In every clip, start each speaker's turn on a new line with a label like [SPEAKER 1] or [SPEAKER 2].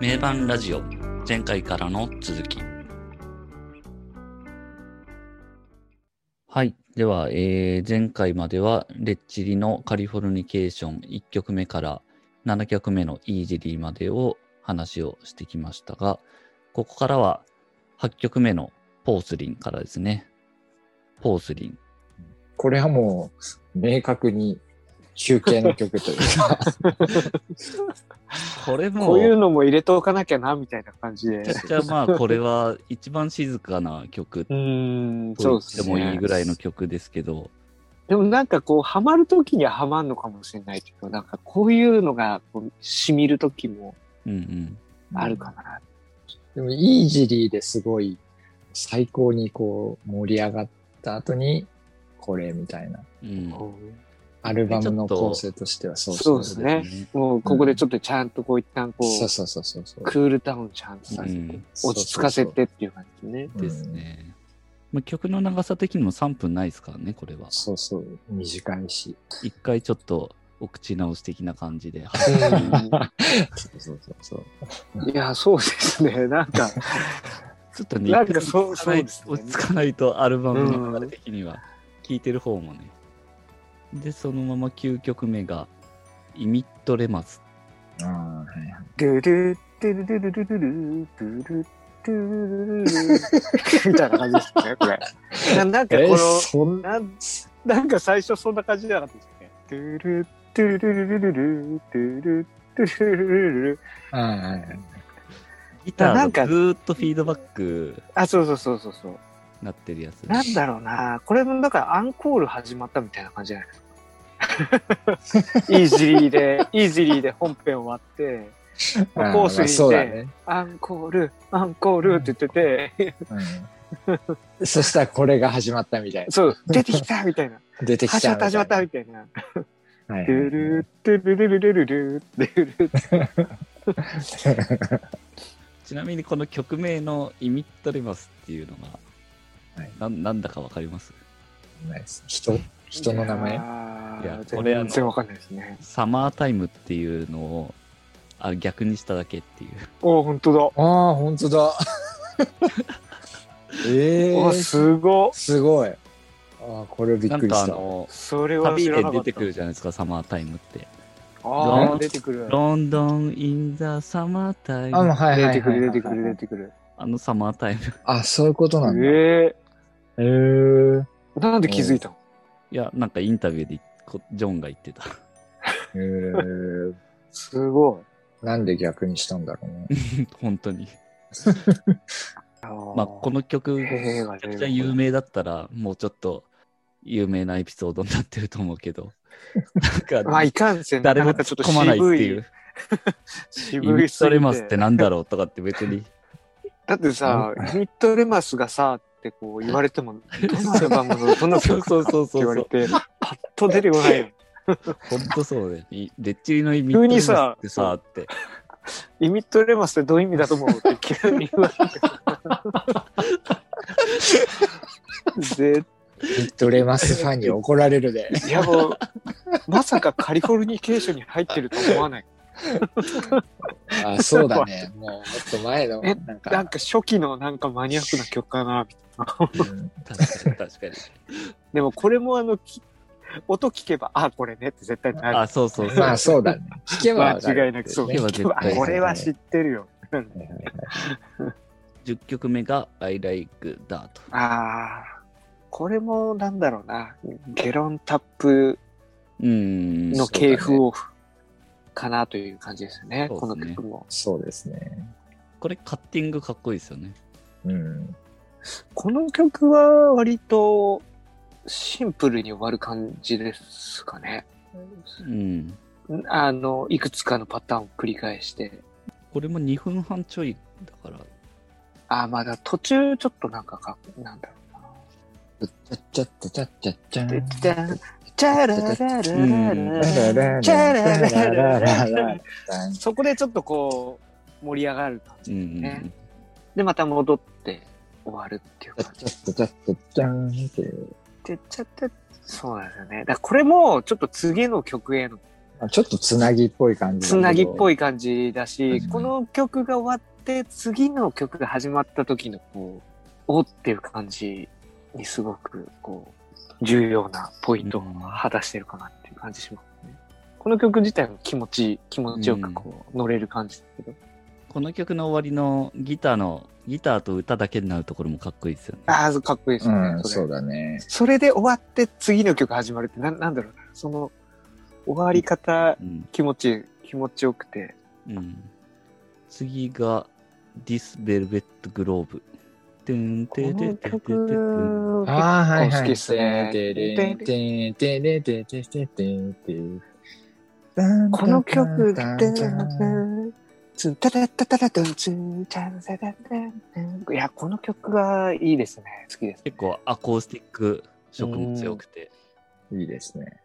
[SPEAKER 1] 名盤ラジオ前回からの続きはいでは、えー前回まではレッチリのカリフォルニケーション1曲目から7曲目のイージリーまでを話をしてきましたがここからは8曲目のポースリンからですねポースリン
[SPEAKER 2] これはもう、明確に中継の曲というか、
[SPEAKER 1] これも
[SPEAKER 3] こういうのも入れておかなきゃな、みたいな感じで。
[SPEAKER 1] めちゃくちゃまあこれは一番静かな曲
[SPEAKER 3] うーん、
[SPEAKER 1] と
[SPEAKER 3] そ
[SPEAKER 1] 言
[SPEAKER 3] うで
[SPEAKER 1] っ
[SPEAKER 3] す
[SPEAKER 1] ても
[SPEAKER 3] ね。
[SPEAKER 1] いいぐらいの曲ですけど、
[SPEAKER 3] でもなんかこう、ハマるときにはハマるのかもしれないけど、なんかこういうのがこう染みるときも
[SPEAKER 1] うんうん、
[SPEAKER 3] あるかな。
[SPEAKER 2] でも、イージリーですごい、最高にこう、盛り上がった後に、これみたいな。
[SPEAKER 1] うん
[SPEAKER 3] こう
[SPEAKER 2] アルバムの構成としては、そう
[SPEAKER 3] そうですねもうここでちょっとちゃんとこう一旦こう、
[SPEAKER 2] そうそうそうそうそう。
[SPEAKER 3] クールダウンちゃんとさせて、
[SPEAKER 1] うん
[SPEAKER 3] 落ち着かせてっていう感じね。
[SPEAKER 2] うん
[SPEAKER 1] です。ね。まあ、曲の長さ的にも3分ないですからね、これは。
[SPEAKER 2] そうそう、短いし。
[SPEAKER 1] 一回ちょっとお口直し的な感じで。
[SPEAKER 2] そうそうそうそう。
[SPEAKER 3] いや、そうですね。なんか、
[SPEAKER 1] ちょっとね、
[SPEAKER 3] なんかそう、
[SPEAKER 1] 落ち着
[SPEAKER 3] そ
[SPEAKER 1] かな
[SPEAKER 3] う
[SPEAKER 1] い
[SPEAKER 3] ですね。
[SPEAKER 1] 落ち着かないとアルバムの流れ的には、聴いてる方もね。で、そのまま9曲目が、イミットレマス。
[SPEAKER 2] ああ、はいはい。
[SPEAKER 3] ルルルルルルルルルルルルルみたいな感じですね、これ。ななんか
[SPEAKER 2] え
[SPEAKER 3] こ
[SPEAKER 2] ー、
[SPEAKER 3] の、
[SPEAKER 2] そんな、
[SPEAKER 3] なんなんか最初そんな感じじゃなかったですかね。ドゥルドゥルルルルルドゥルドゥルルルル
[SPEAKER 2] ああ、はいはい。
[SPEAKER 1] ギター
[SPEAKER 3] な
[SPEAKER 1] が
[SPEAKER 3] ん
[SPEAKER 1] ず
[SPEAKER 3] か
[SPEAKER 1] ーっとフィードバック
[SPEAKER 3] あ、そうそうそうそうそう。
[SPEAKER 1] なってるやつ。
[SPEAKER 3] なんだろうな。これもだからアンコール始まったみたいな感じじゃないですか。イージリーで、イージリーで本編終わって、
[SPEAKER 2] ああ
[SPEAKER 3] コース
[SPEAKER 2] まあそうだ
[SPEAKER 3] に
[SPEAKER 2] ね。
[SPEAKER 3] アンコール、アンコールって言ってて、
[SPEAKER 2] うん。そしたらこれが始まったみたい
[SPEAKER 3] そう、出てきたみたいな。
[SPEAKER 2] な。出てき
[SPEAKER 3] 始
[SPEAKER 2] た
[SPEAKER 3] ま
[SPEAKER 2] み
[SPEAKER 3] った
[SPEAKER 2] いな。
[SPEAKER 3] 始まったみたいな。
[SPEAKER 2] はいはい
[SPEAKER 3] ドゥルードゥルルルルルルルルル
[SPEAKER 1] ちなみにこの曲名のイミットレマスっていうのが、
[SPEAKER 2] はい
[SPEAKER 1] なんなんだかわかります
[SPEAKER 2] ないです人人の名前
[SPEAKER 1] いや
[SPEAKER 3] 前
[SPEAKER 1] これあの
[SPEAKER 3] 全然わかんないですね。
[SPEAKER 1] サマータイムっていうのをあ逆にしただけっていう。
[SPEAKER 3] お本当だ。
[SPEAKER 2] ああ、本当だ。ええ
[SPEAKER 3] おすごっ
[SPEAKER 2] すごい。ああ、これびっ
[SPEAKER 1] な
[SPEAKER 2] く
[SPEAKER 1] ん
[SPEAKER 2] り
[SPEAKER 1] かあ
[SPEAKER 2] した。
[SPEAKER 1] の、
[SPEAKER 3] それは
[SPEAKER 1] 旅
[SPEAKER 3] 知ら
[SPEAKER 1] で
[SPEAKER 3] なか
[SPEAKER 1] 出
[SPEAKER 3] ってた
[SPEAKER 1] く。るじゃないですか、サマータイムって。
[SPEAKER 3] あ
[SPEAKER 1] う
[SPEAKER 3] あ
[SPEAKER 1] ん
[SPEAKER 3] 出てくる。
[SPEAKER 1] ロンドン・イン・ザ・サマータイ
[SPEAKER 2] あ、もう
[SPEAKER 1] ム。
[SPEAKER 2] はい
[SPEAKER 3] 出
[SPEAKER 2] はい
[SPEAKER 3] てく
[SPEAKER 2] はい
[SPEAKER 3] る
[SPEAKER 2] はい
[SPEAKER 3] 出てくる出てくる。
[SPEAKER 1] あのサマータイム。
[SPEAKER 2] あ、そういうことなんだ。え
[SPEAKER 3] え
[SPEAKER 2] えー。
[SPEAKER 3] えなんで気づいたの？
[SPEAKER 1] いや、なんかインタビューでこジョンが言ってた。
[SPEAKER 2] えー
[SPEAKER 3] すごい。
[SPEAKER 2] なんで逆にしたんだろうね。
[SPEAKER 1] 本当に。
[SPEAKER 3] あー
[SPEAKER 1] まあ、この曲、め
[SPEAKER 3] 映画
[SPEAKER 1] ちゃくちゃ有名だったら、もうちょっと有名なエピソードになってると思うけ ど。なん
[SPEAKER 3] まあ
[SPEAKER 1] か、
[SPEAKER 3] いかんせん
[SPEAKER 1] 誰も
[SPEAKER 3] なかなかちょ
[SPEAKER 1] 突
[SPEAKER 3] っと
[SPEAKER 1] っ込まないって
[SPEAKER 3] 渋
[SPEAKER 1] いうイ
[SPEAKER 3] い。渋い
[SPEAKER 1] ミットレマスっ
[SPEAKER 3] すぎ
[SPEAKER 1] てなんだろうとかって別 に。
[SPEAKER 3] だってさ、ヒットレマスがさ、ってこう言われても、どのアルバムのどの曲か
[SPEAKER 1] そう
[SPEAKER 3] っ
[SPEAKER 1] そう
[SPEAKER 3] て
[SPEAKER 1] そうそう
[SPEAKER 3] 言われて、パッと出てこないよ。
[SPEAKER 1] ほんとそうだよね。レッチリの意味
[SPEAKER 3] 急にさ
[SPEAKER 1] ってさ、って。
[SPEAKER 3] イミットレマスってどういう意味だと思うって 急に言わ れて。
[SPEAKER 2] ビットレマスファンに怒られるで。
[SPEAKER 3] で、いやもう、まさかカリフォルニケーションに入ってると思わない。
[SPEAKER 2] あ、そうだね。もう、もっと前の、な
[SPEAKER 3] え
[SPEAKER 2] ん
[SPEAKER 3] なん
[SPEAKER 2] か、
[SPEAKER 3] か初期のなんかマニアックな曲かな。
[SPEAKER 2] うん
[SPEAKER 1] 確かに、確かに。
[SPEAKER 3] でもこれもあの、き音聞けば、あ、これねって絶対なる。
[SPEAKER 1] あ、そうそうそう。
[SPEAKER 2] まあそうだね。聞けばわかる
[SPEAKER 3] 間違いなくそう。
[SPEAKER 1] 聞けば
[SPEAKER 3] 聞
[SPEAKER 1] 絶
[SPEAKER 3] け
[SPEAKER 1] 対
[SPEAKER 3] ば、あこれは知ってるよ。
[SPEAKER 2] はいはいはい
[SPEAKER 1] 10曲目が I like that。
[SPEAKER 3] ああ、これもなんだろうな、ゲロンタップ
[SPEAKER 1] うーん。
[SPEAKER 3] の系譜をかなという感じですよね、
[SPEAKER 1] そうで
[SPEAKER 3] こ
[SPEAKER 1] す
[SPEAKER 3] の
[SPEAKER 1] ね
[SPEAKER 3] 曲も。
[SPEAKER 2] そうですね。
[SPEAKER 1] これカッティングかっこいいですよね。
[SPEAKER 2] うん。
[SPEAKER 3] この曲は割とシンプルに終わる感じですかね。
[SPEAKER 1] うん。
[SPEAKER 3] あの、いくつかのパターンを繰り返して。
[SPEAKER 1] これも2分半ちょいだから。
[SPEAKER 3] あー、まだ途中ちょっとなんかか、なんだろ
[SPEAKER 2] ちゃっちゃっちゃっちゃっちゃ
[SPEAKER 3] う。
[SPEAKER 2] っ
[SPEAKER 3] で
[SPEAKER 2] ち
[SPEAKER 3] じゃんチャララララララチャラララララ
[SPEAKER 2] ゃん。
[SPEAKER 3] そこでちょっとこう、盛り上がる感
[SPEAKER 1] う
[SPEAKER 3] じ
[SPEAKER 1] ん
[SPEAKER 3] で
[SPEAKER 1] う
[SPEAKER 3] す
[SPEAKER 1] んうん、
[SPEAKER 3] ね。で、また戻って終わるっていう
[SPEAKER 2] ちゃ
[SPEAKER 3] 感
[SPEAKER 2] っ
[SPEAKER 3] じ。
[SPEAKER 2] ちゃっちゃっちゃっちゃんっていう。
[SPEAKER 3] で、ちゃって、そうなんですよね。だからこれも、ちょっと次の曲への
[SPEAKER 2] あちょっとつなぎっぽい感じ
[SPEAKER 3] つなぎっぽ
[SPEAKER 2] い。
[SPEAKER 3] い感じだ
[SPEAKER 1] 確
[SPEAKER 3] し
[SPEAKER 1] か、に
[SPEAKER 3] この曲が終わって、次の曲が始まった時の、こう、おっていう感じにすごく、こう、重要なポイントを果たしてるかなっていう感じしますね。この曲自体も気持ちいい、気持ちよくこう、乗れる感じだけど。
[SPEAKER 1] この曲の終わりのギターの、ギターと歌だけになるところもかっこいいですよね。
[SPEAKER 3] ああ、かっこいいです
[SPEAKER 2] う
[SPEAKER 3] ね。
[SPEAKER 2] ん、
[SPEAKER 3] そ
[SPEAKER 2] そ
[SPEAKER 3] れ
[SPEAKER 2] うだね。
[SPEAKER 3] それで終わって、次の曲始まるって、ななんだろうな。その、終わり方、
[SPEAKER 1] うん。
[SPEAKER 3] 気持ちいい、気持ちよくて。
[SPEAKER 1] うん、次が、This Velvet Glove。てん
[SPEAKER 3] こ
[SPEAKER 1] てんて
[SPEAKER 3] の
[SPEAKER 1] んてんてんてん。
[SPEAKER 3] 曲、
[SPEAKER 2] ああ、はいはい。
[SPEAKER 3] 好きっすね
[SPEAKER 2] てれんてんてれんてんてんてんてんてん
[SPEAKER 3] この曲で、
[SPEAKER 2] タン
[SPEAKER 3] タ
[SPEAKER 2] タ
[SPEAKER 3] タ
[SPEAKER 2] ンタンタン
[SPEAKER 3] ラタタラタンツンタンタラタンタンいや、この曲がいいですね。好きです。
[SPEAKER 1] 結構アコースティック色も強くて。
[SPEAKER 2] いいですね。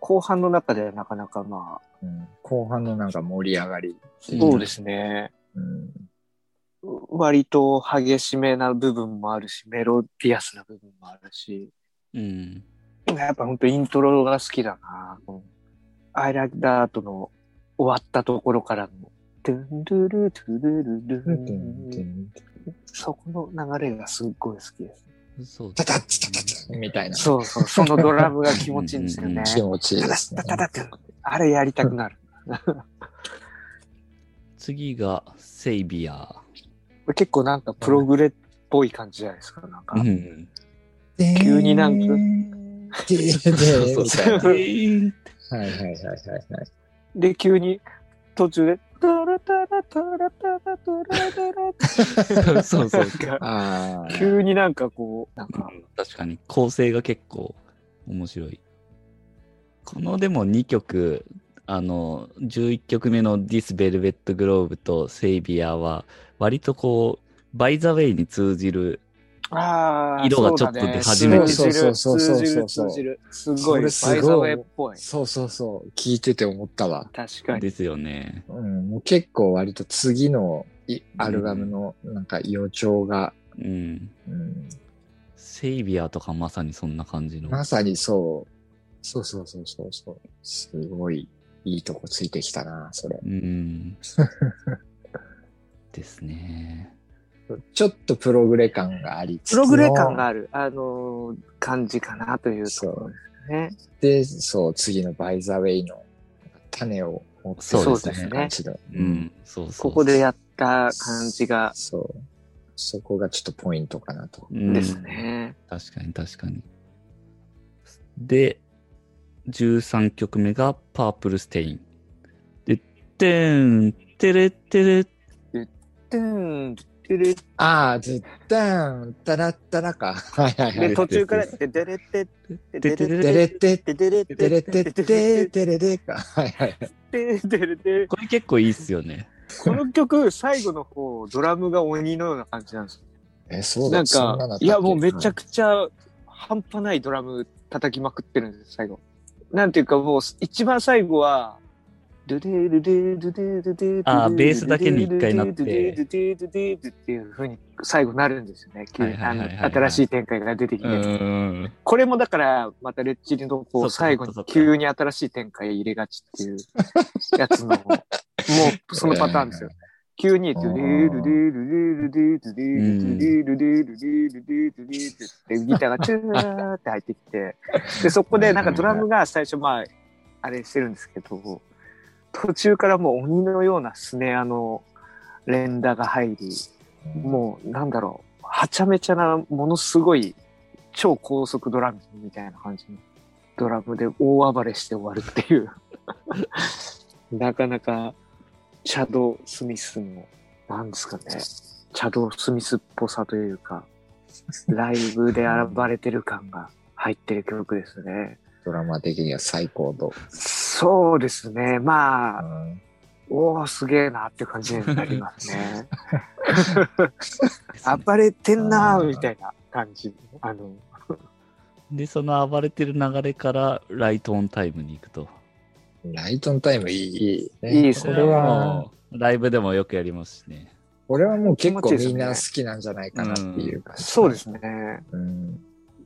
[SPEAKER 3] 後半の中ではなかなかまあ、
[SPEAKER 2] うん後半のなんか盛り上がり。
[SPEAKER 1] うん
[SPEAKER 3] そうですね。
[SPEAKER 2] うん
[SPEAKER 3] 割と激しめな部分もあるし、メロディアスな部分もあるし、
[SPEAKER 1] うん。
[SPEAKER 3] やっぱ本当イントロが好きだな。このアイラクダートの終わったところからの、トゥンルルトゥルルル
[SPEAKER 2] てんて
[SPEAKER 3] ン、
[SPEAKER 2] ん
[SPEAKER 3] そこの流れがすっごい好きです。
[SPEAKER 1] そうで
[SPEAKER 2] タ
[SPEAKER 1] す
[SPEAKER 2] タッチタタッチみたいな。
[SPEAKER 3] そうそう、そのドラムが気持ちいいんですよね。
[SPEAKER 2] 気持ちいいですね。
[SPEAKER 3] タタタタあれやりたくなる。
[SPEAKER 1] 次が、セイビア
[SPEAKER 3] 結構なんかプログレっぽい感じじゃないですか、なんか。
[SPEAKER 1] ー。うん。
[SPEAKER 3] 急になんか
[SPEAKER 2] か。てんてんてんみたいな
[SPEAKER 3] そう
[SPEAKER 2] はいはいはいはいはい。
[SPEAKER 3] で、急に途中で、タラタラタラタラタラタラタ
[SPEAKER 1] そうそう。
[SPEAKER 3] ラが
[SPEAKER 2] ああ。
[SPEAKER 3] 急になんかこう、なんか、
[SPEAKER 1] 確かに構成が結構面白い。このでも2曲、あの、11曲目の This Velvet Glove と Savior は、割とこう、By the Way に通じる、
[SPEAKER 3] あー
[SPEAKER 1] 色がちょっと出始めて
[SPEAKER 3] そうだね
[SPEAKER 2] そうそうそうそうそう
[SPEAKER 3] 通じる、通じる。すごい、バイ
[SPEAKER 2] それすごい
[SPEAKER 3] ザウェイっぽい。
[SPEAKER 2] そうそうそう。聞いてて思ったわ。
[SPEAKER 3] 確かに。
[SPEAKER 1] ですよね。
[SPEAKER 2] うん、もう結構割と次のいアルバムのなんか予兆が、
[SPEAKER 1] うん。
[SPEAKER 2] うん、
[SPEAKER 1] Savior とかまさにそんな感じの。
[SPEAKER 2] まさにそう、そうそうそうそうそう、すごいいいとこついてきたな、それ。
[SPEAKER 1] うん。ですね。
[SPEAKER 2] ちょっとプログレ感がありつつ
[SPEAKER 3] プ
[SPEAKER 2] の
[SPEAKER 3] ログレ感がある、あのー感じかなというと
[SPEAKER 2] そ
[SPEAKER 3] ころ
[SPEAKER 2] う。
[SPEAKER 3] ですね。
[SPEAKER 2] で、そう、次のバイザウェイの種を持って
[SPEAKER 1] そうです
[SPEAKER 3] ね
[SPEAKER 2] みたいな感じの。
[SPEAKER 1] う。ん。そうそうそう
[SPEAKER 3] ここでやった感じが
[SPEAKER 2] そう。そこがちょっとポイントかなと。
[SPEAKER 1] うん
[SPEAKER 3] ですね。
[SPEAKER 1] 確かに確かに。で、13曲目がパープルステイン。で、てーん、てれってれ、
[SPEAKER 3] トゥーン、トゥル
[SPEAKER 2] ああ、ずったん、たらったらか。はいはいはい
[SPEAKER 3] で、。途中から、
[SPEAKER 1] で
[SPEAKER 3] で、でれって、で、でれって、
[SPEAKER 2] てれって、
[SPEAKER 3] でれって、
[SPEAKER 2] て
[SPEAKER 3] でれ
[SPEAKER 2] れ
[SPEAKER 3] ってて、
[SPEAKER 2] って、
[SPEAKER 3] で
[SPEAKER 2] てれれか。はいはい。
[SPEAKER 3] れって、でれって、
[SPEAKER 1] これ結構いいっすよね。
[SPEAKER 3] この曲、最後の方、ドラムが鬼のような感じなんです
[SPEAKER 2] え、そ
[SPEAKER 3] よ。
[SPEAKER 2] うだ
[SPEAKER 3] なん
[SPEAKER 2] そんなのあ
[SPEAKER 3] か
[SPEAKER 2] っ、た
[SPEAKER 3] い
[SPEAKER 2] っけ
[SPEAKER 3] や、もうめちゃくちゃ、半端ないドラム叩きまくってるんです、最後。なんていうか、もう、一番最後は、ドゥデルデルドゥデルドゥデル
[SPEAKER 1] あーベースだけに一回なって
[SPEAKER 3] ドゥデルドゥデルドゥデルドゥデルっていう風に最後なるんですよね。急にあの
[SPEAKER 1] はいはいはいはい
[SPEAKER 3] 新しい展開が出てきて。
[SPEAKER 1] ん。
[SPEAKER 3] これもだから、またレッチリのこ
[SPEAKER 1] そう
[SPEAKER 3] う
[SPEAKER 1] か
[SPEAKER 3] 最後に急に新しい展開入れがちっていうやつの、もうそのパターンですよ。急に、ドゥルルルルルルルルルルルルルルルルルルってギターがチューって入ってきて、で、そこでなんかドラムが最初まあ、あれしてるんですけど、途中からもう鬼のようなスネアの連打が入り、もう、なんだろう、はちゃめちゃな、ものすごい、超高速ドラムみたいな感じのドラムで大暴れして終わるっていう。 なかなか、チャド・スミスの、なんですかね、チャド・スミスっぽさというか、ライブで暴れてる感が入ってる曲ですね。
[SPEAKER 2] ドラマ的には最高と。
[SPEAKER 3] そうですね。ま
[SPEAKER 2] う
[SPEAKER 3] あ、
[SPEAKER 2] ん
[SPEAKER 3] おお、すげえなって感じになりますね。
[SPEAKER 1] ですね
[SPEAKER 3] 暴れてんな
[SPEAKER 2] あ
[SPEAKER 3] ー
[SPEAKER 2] ー
[SPEAKER 3] みたいな感じ。あの、
[SPEAKER 1] で、その暴れてる流れから、ライトオンタイムに行くと。
[SPEAKER 2] ライトンタイムいい。いいね
[SPEAKER 3] いいっす
[SPEAKER 2] こ
[SPEAKER 3] ね
[SPEAKER 2] れは、
[SPEAKER 1] もう、ライブでもよくやりますしね。
[SPEAKER 2] これはもう結構
[SPEAKER 3] 気持ちいいです
[SPEAKER 2] み
[SPEAKER 3] ね
[SPEAKER 2] んな好きなんじゃないかなっていうか。
[SPEAKER 3] そうですね。
[SPEAKER 2] うん。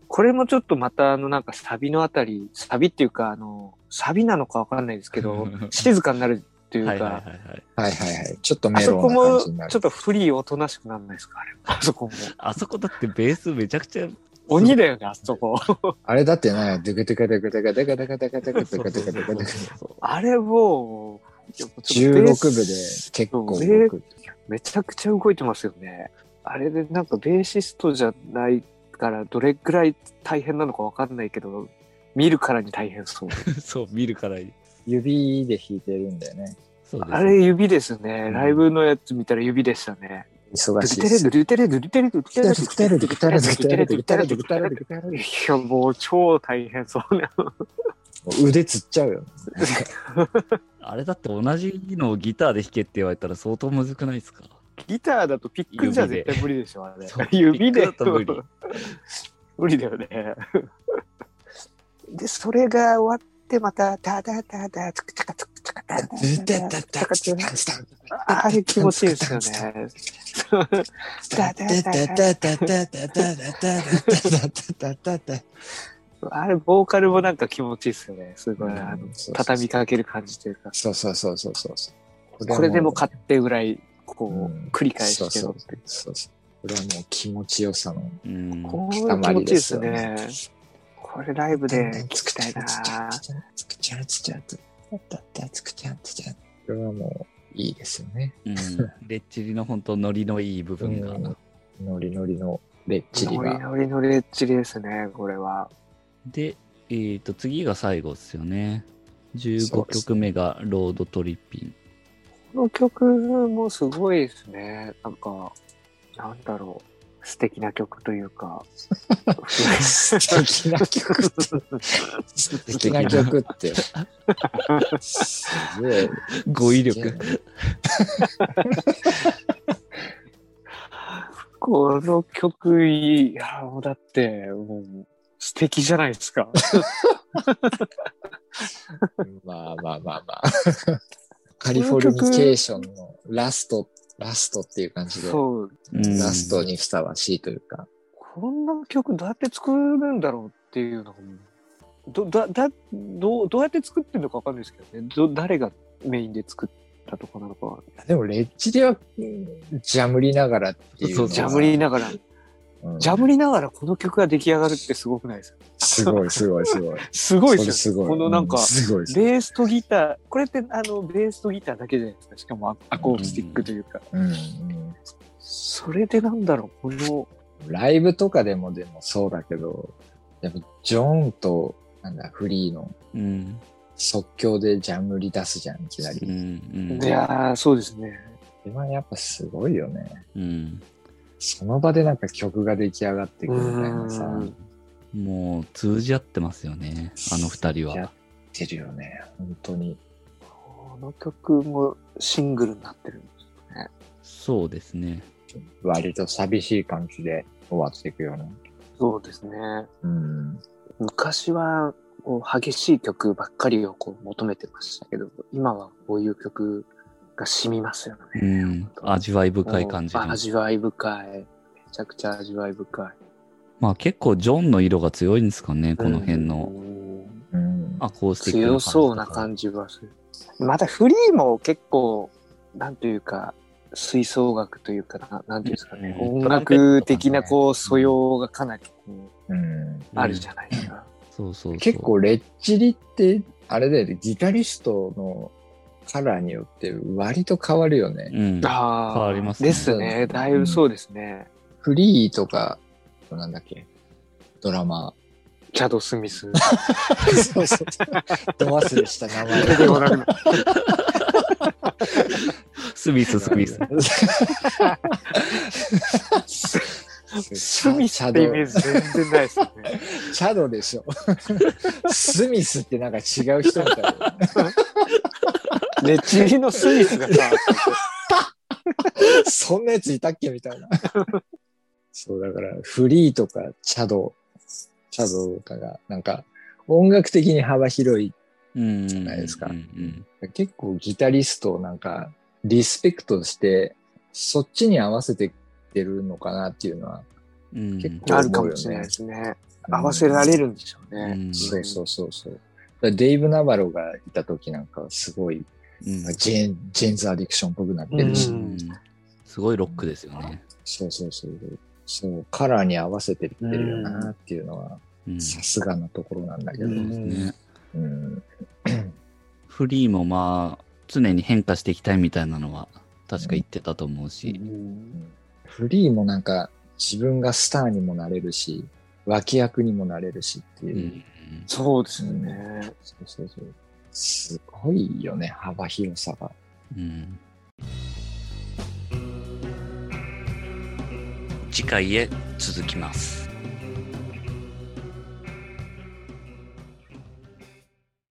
[SPEAKER 3] これもちょっとまたあのなんかサビのあたり、サビっていうかあの、サビなのかわかんないです けど、静かになるっていうか、
[SPEAKER 1] はいはいはいはい。
[SPEAKER 2] はいはいはい。ちょっと
[SPEAKER 3] あ
[SPEAKER 2] メ
[SPEAKER 3] そ
[SPEAKER 2] ロン
[SPEAKER 3] こ
[SPEAKER 2] な
[SPEAKER 3] も
[SPEAKER 2] 感じになる。
[SPEAKER 3] ちょっとフリーおとなしくなんないですかあれ。あそこも。
[SPEAKER 1] あそこだってベースめちゃくちゃ、
[SPEAKER 3] 鬼だよ ね、あそこ。
[SPEAKER 2] あれだってな、ドゥクドゥクドゥクドゥクドゥクドゥクドゥクドゥクドゥクドゥクドゥクドゥク
[SPEAKER 3] あれもう、やっぱちょっとベース
[SPEAKER 2] 16部で結構動く。
[SPEAKER 3] めちゃくちゃ動いてますよね。あれでなんかベーシストじゃないからどれぐらい大変なのかわかんないけど、見るからに大変そう。
[SPEAKER 1] そう、見るからに。
[SPEAKER 2] 指で弾いてるんだよね。
[SPEAKER 1] そうです
[SPEAKER 3] あれ指ですね。
[SPEAKER 1] ん
[SPEAKER 3] ライブのやつ見たら指でしたね。
[SPEAKER 2] 忙
[SPEAKER 3] ド
[SPEAKER 2] し
[SPEAKER 3] ゥ
[SPEAKER 2] いで
[SPEAKER 3] テレ
[SPEAKER 2] す
[SPEAKER 3] ド。ゥテレドゥテレドゥテレドゥテレドゥテレドゥテレドゥテレドゥテレドゥい
[SPEAKER 2] 腕
[SPEAKER 3] や、もう超大変そう ね。
[SPEAKER 2] つっちゃうよ。
[SPEAKER 1] あれだって同じのをギターで弾けって言われたら相当むずくないですか
[SPEAKER 3] ギターだとピックじゃ絶対無理でしょ、あれ
[SPEAKER 1] そう。
[SPEAKER 3] 指で
[SPEAKER 1] ピックだと無理。
[SPEAKER 3] 無理だよね。で、それが終わって、また、タタタタ、チクチクチクチクタタタあれ気持ちいいですよね。タタタタあれ、ボーカルもなんか気持ちいいですよね。すごい。あの畳みかける感じというか、
[SPEAKER 2] そうそうそうそうそうそう。
[SPEAKER 3] これでも勝ってぐらい、こ
[SPEAKER 2] うん
[SPEAKER 3] う、繰り返して
[SPEAKER 2] そ
[SPEAKER 3] る
[SPEAKER 2] う
[SPEAKER 3] っていう。
[SPEAKER 2] そうそう。これはもう気持ちよさの。
[SPEAKER 1] うん。
[SPEAKER 3] こういう気持ちいいですね。これライブで聞きたいな。
[SPEAKER 2] つくちゃんつちゃんつちゃんつちゃん。これはもういいですよね。
[SPEAKER 1] うんレッチリの本当ノリのいい部分が。
[SPEAKER 2] ノリノリのレッチリ
[SPEAKER 3] ノリ
[SPEAKER 2] が。
[SPEAKER 3] ノリのレッチリですね、これは。
[SPEAKER 1] で、えー、と次が最後ですよね。
[SPEAKER 2] そう
[SPEAKER 1] 15
[SPEAKER 2] ですね
[SPEAKER 1] 曲目がロードトリッピン。
[SPEAKER 3] この曲もすごいですね。なんか、なんだろう。素敵な曲とい うか。
[SPEAKER 2] 素敵な曲って。素敵な曲って。すごい。
[SPEAKER 1] 語彙力。
[SPEAKER 3] この曲いい。いや、もうだって、もう、素敵じゃないですか。
[SPEAKER 2] まあまあまあまあ。カリフォルニケーションのラスト、ラストっていう感じで、
[SPEAKER 3] そう。
[SPEAKER 1] うん
[SPEAKER 2] ラストにふさわしいというか。
[SPEAKER 3] こんな曲どうやって作るんだろうっていうのがもうど、だ、だ、どう、どうやって作ってるのかわかんないですけどね。ど、誰がメインで作ったとかなのかは。
[SPEAKER 2] でも、レッチリは、うんジャムりながらっていうのは。
[SPEAKER 1] そう
[SPEAKER 3] ジャムりながら、
[SPEAKER 2] うん
[SPEAKER 3] ジャムりながらこの曲が出来上がるってすごくないですか
[SPEAKER 2] すごい、すごい、すごい。
[SPEAKER 3] すごい
[SPEAKER 2] そ
[SPEAKER 3] で
[SPEAKER 2] れ
[SPEAKER 3] す
[SPEAKER 2] す
[SPEAKER 3] よね。
[SPEAKER 2] ごい。
[SPEAKER 3] このなんか
[SPEAKER 2] う、すごいです。
[SPEAKER 3] ベースとギター、これってあの、ベースとギターだけじゃないですか。しかもアアコースティックというか。
[SPEAKER 2] うんうん
[SPEAKER 3] それでなんだろう、この、
[SPEAKER 2] ライブとかでもでもそうだけど、やっぱ、ジョンと、なんだ、フリーの
[SPEAKER 1] うん。
[SPEAKER 2] 即興でジャムり出すじゃん、いきな
[SPEAKER 1] う
[SPEAKER 2] り。
[SPEAKER 1] ん。
[SPEAKER 3] いやー、そうですね。
[SPEAKER 2] それはやっぱすごいよね。
[SPEAKER 1] うん。
[SPEAKER 2] その場でなんか曲が出来上がってくるみたいなさ、
[SPEAKER 3] う
[SPEAKER 2] 言っ
[SPEAKER 3] ん
[SPEAKER 1] うん。もう通じ合ってますよね。あの二人は。
[SPEAKER 2] てるよね、本当に。
[SPEAKER 3] この曲もシングルになってる。
[SPEAKER 1] そうですね。
[SPEAKER 2] 割と寂しい感じで終わっていくような。
[SPEAKER 3] そうですね。
[SPEAKER 2] うん。
[SPEAKER 3] 昔は、こう、激しい曲ばっかりをこう求めてましたけど、今はこういう曲が染みますよね。
[SPEAKER 1] うん。味わい深い感じ
[SPEAKER 3] もう
[SPEAKER 1] が。
[SPEAKER 3] 味わい深い。めちゃくちゃ味わい深い。
[SPEAKER 1] まあ結構ジョンの色が強いんですかね。この辺の
[SPEAKER 3] うん
[SPEAKER 2] うん。
[SPEAKER 1] アコースティックな感
[SPEAKER 3] 強
[SPEAKER 1] じとか。
[SPEAKER 3] そうな感じはする。またフリーも結構、なんというか、吹奏楽というかな、なんていうんですかね、
[SPEAKER 1] うん
[SPEAKER 3] 音
[SPEAKER 2] ト
[SPEAKER 3] 楽的な
[SPEAKER 2] ランペットとかね
[SPEAKER 3] こう素養がかなりこう
[SPEAKER 2] うん、
[SPEAKER 1] うん
[SPEAKER 3] あるじゃないですか。
[SPEAKER 1] そうそうそう
[SPEAKER 2] 結構レッチリって、あれだよね、ギタリストのカラーによって割と変わるよね。
[SPEAKER 1] うん。
[SPEAKER 3] ああ、
[SPEAKER 1] 変わりますね
[SPEAKER 3] ですね。だいぶそうですね。
[SPEAKER 2] フリーとか、なんだっけ、ドラマ。
[SPEAKER 3] チャド・スミス。
[SPEAKER 2] そうそう。ド忘れした名前。
[SPEAKER 3] でもなんか
[SPEAKER 1] スミス、スミス。
[SPEAKER 3] スミスってイメージ全然ないですね。
[SPEAKER 2] チャドでしょ。スミスってなんか違う人みたいな。
[SPEAKER 3] レッチリのスミスがさ、
[SPEAKER 2] そんなやついたっけみたいな。そう、だから、フリーとか、チャド、チャドとかが、なんか、音楽的に幅広い。
[SPEAKER 1] うん。じ
[SPEAKER 2] ないですか
[SPEAKER 1] うんうん
[SPEAKER 2] 結構ギタリストをなんか、リスペクトして、そっちに合わせてってるのかなっていうのは、
[SPEAKER 1] うん。
[SPEAKER 2] 結構
[SPEAKER 3] あるかもしれないですね。合わせられるんでしょ
[SPEAKER 1] う
[SPEAKER 3] うね
[SPEAKER 1] ん。
[SPEAKER 2] そうそうそうそう。らデイブ・ナバロがいた時なんかはすごい、
[SPEAKER 1] うん
[SPEAKER 2] まあジェーン、ジェーンズ・アディクションっぽくなってるし、
[SPEAKER 3] う
[SPEAKER 1] うんすごいロックですよね。
[SPEAKER 2] そうそうそう。そう、カラーに合わせていってるよなっていうのは、
[SPEAKER 1] うん
[SPEAKER 2] さすがなところなんだけど、
[SPEAKER 3] う
[SPEAKER 1] そうですね。
[SPEAKER 2] うん
[SPEAKER 1] フリーもまあ、常に変化していきたいみたいなのは、確か言ってたと思うし。
[SPEAKER 2] フリーもなんか自分がスターにもなれるし、脇役にもなれるしって
[SPEAKER 1] う
[SPEAKER 2] いう、
[SPEAKER 1] ん。
[SPEAKER 3] そうですよね。
[SPEAKER 2] そうそうそう。すごいよね、幅広さが。
[SPEAKER 1] うん。次回へ続きます。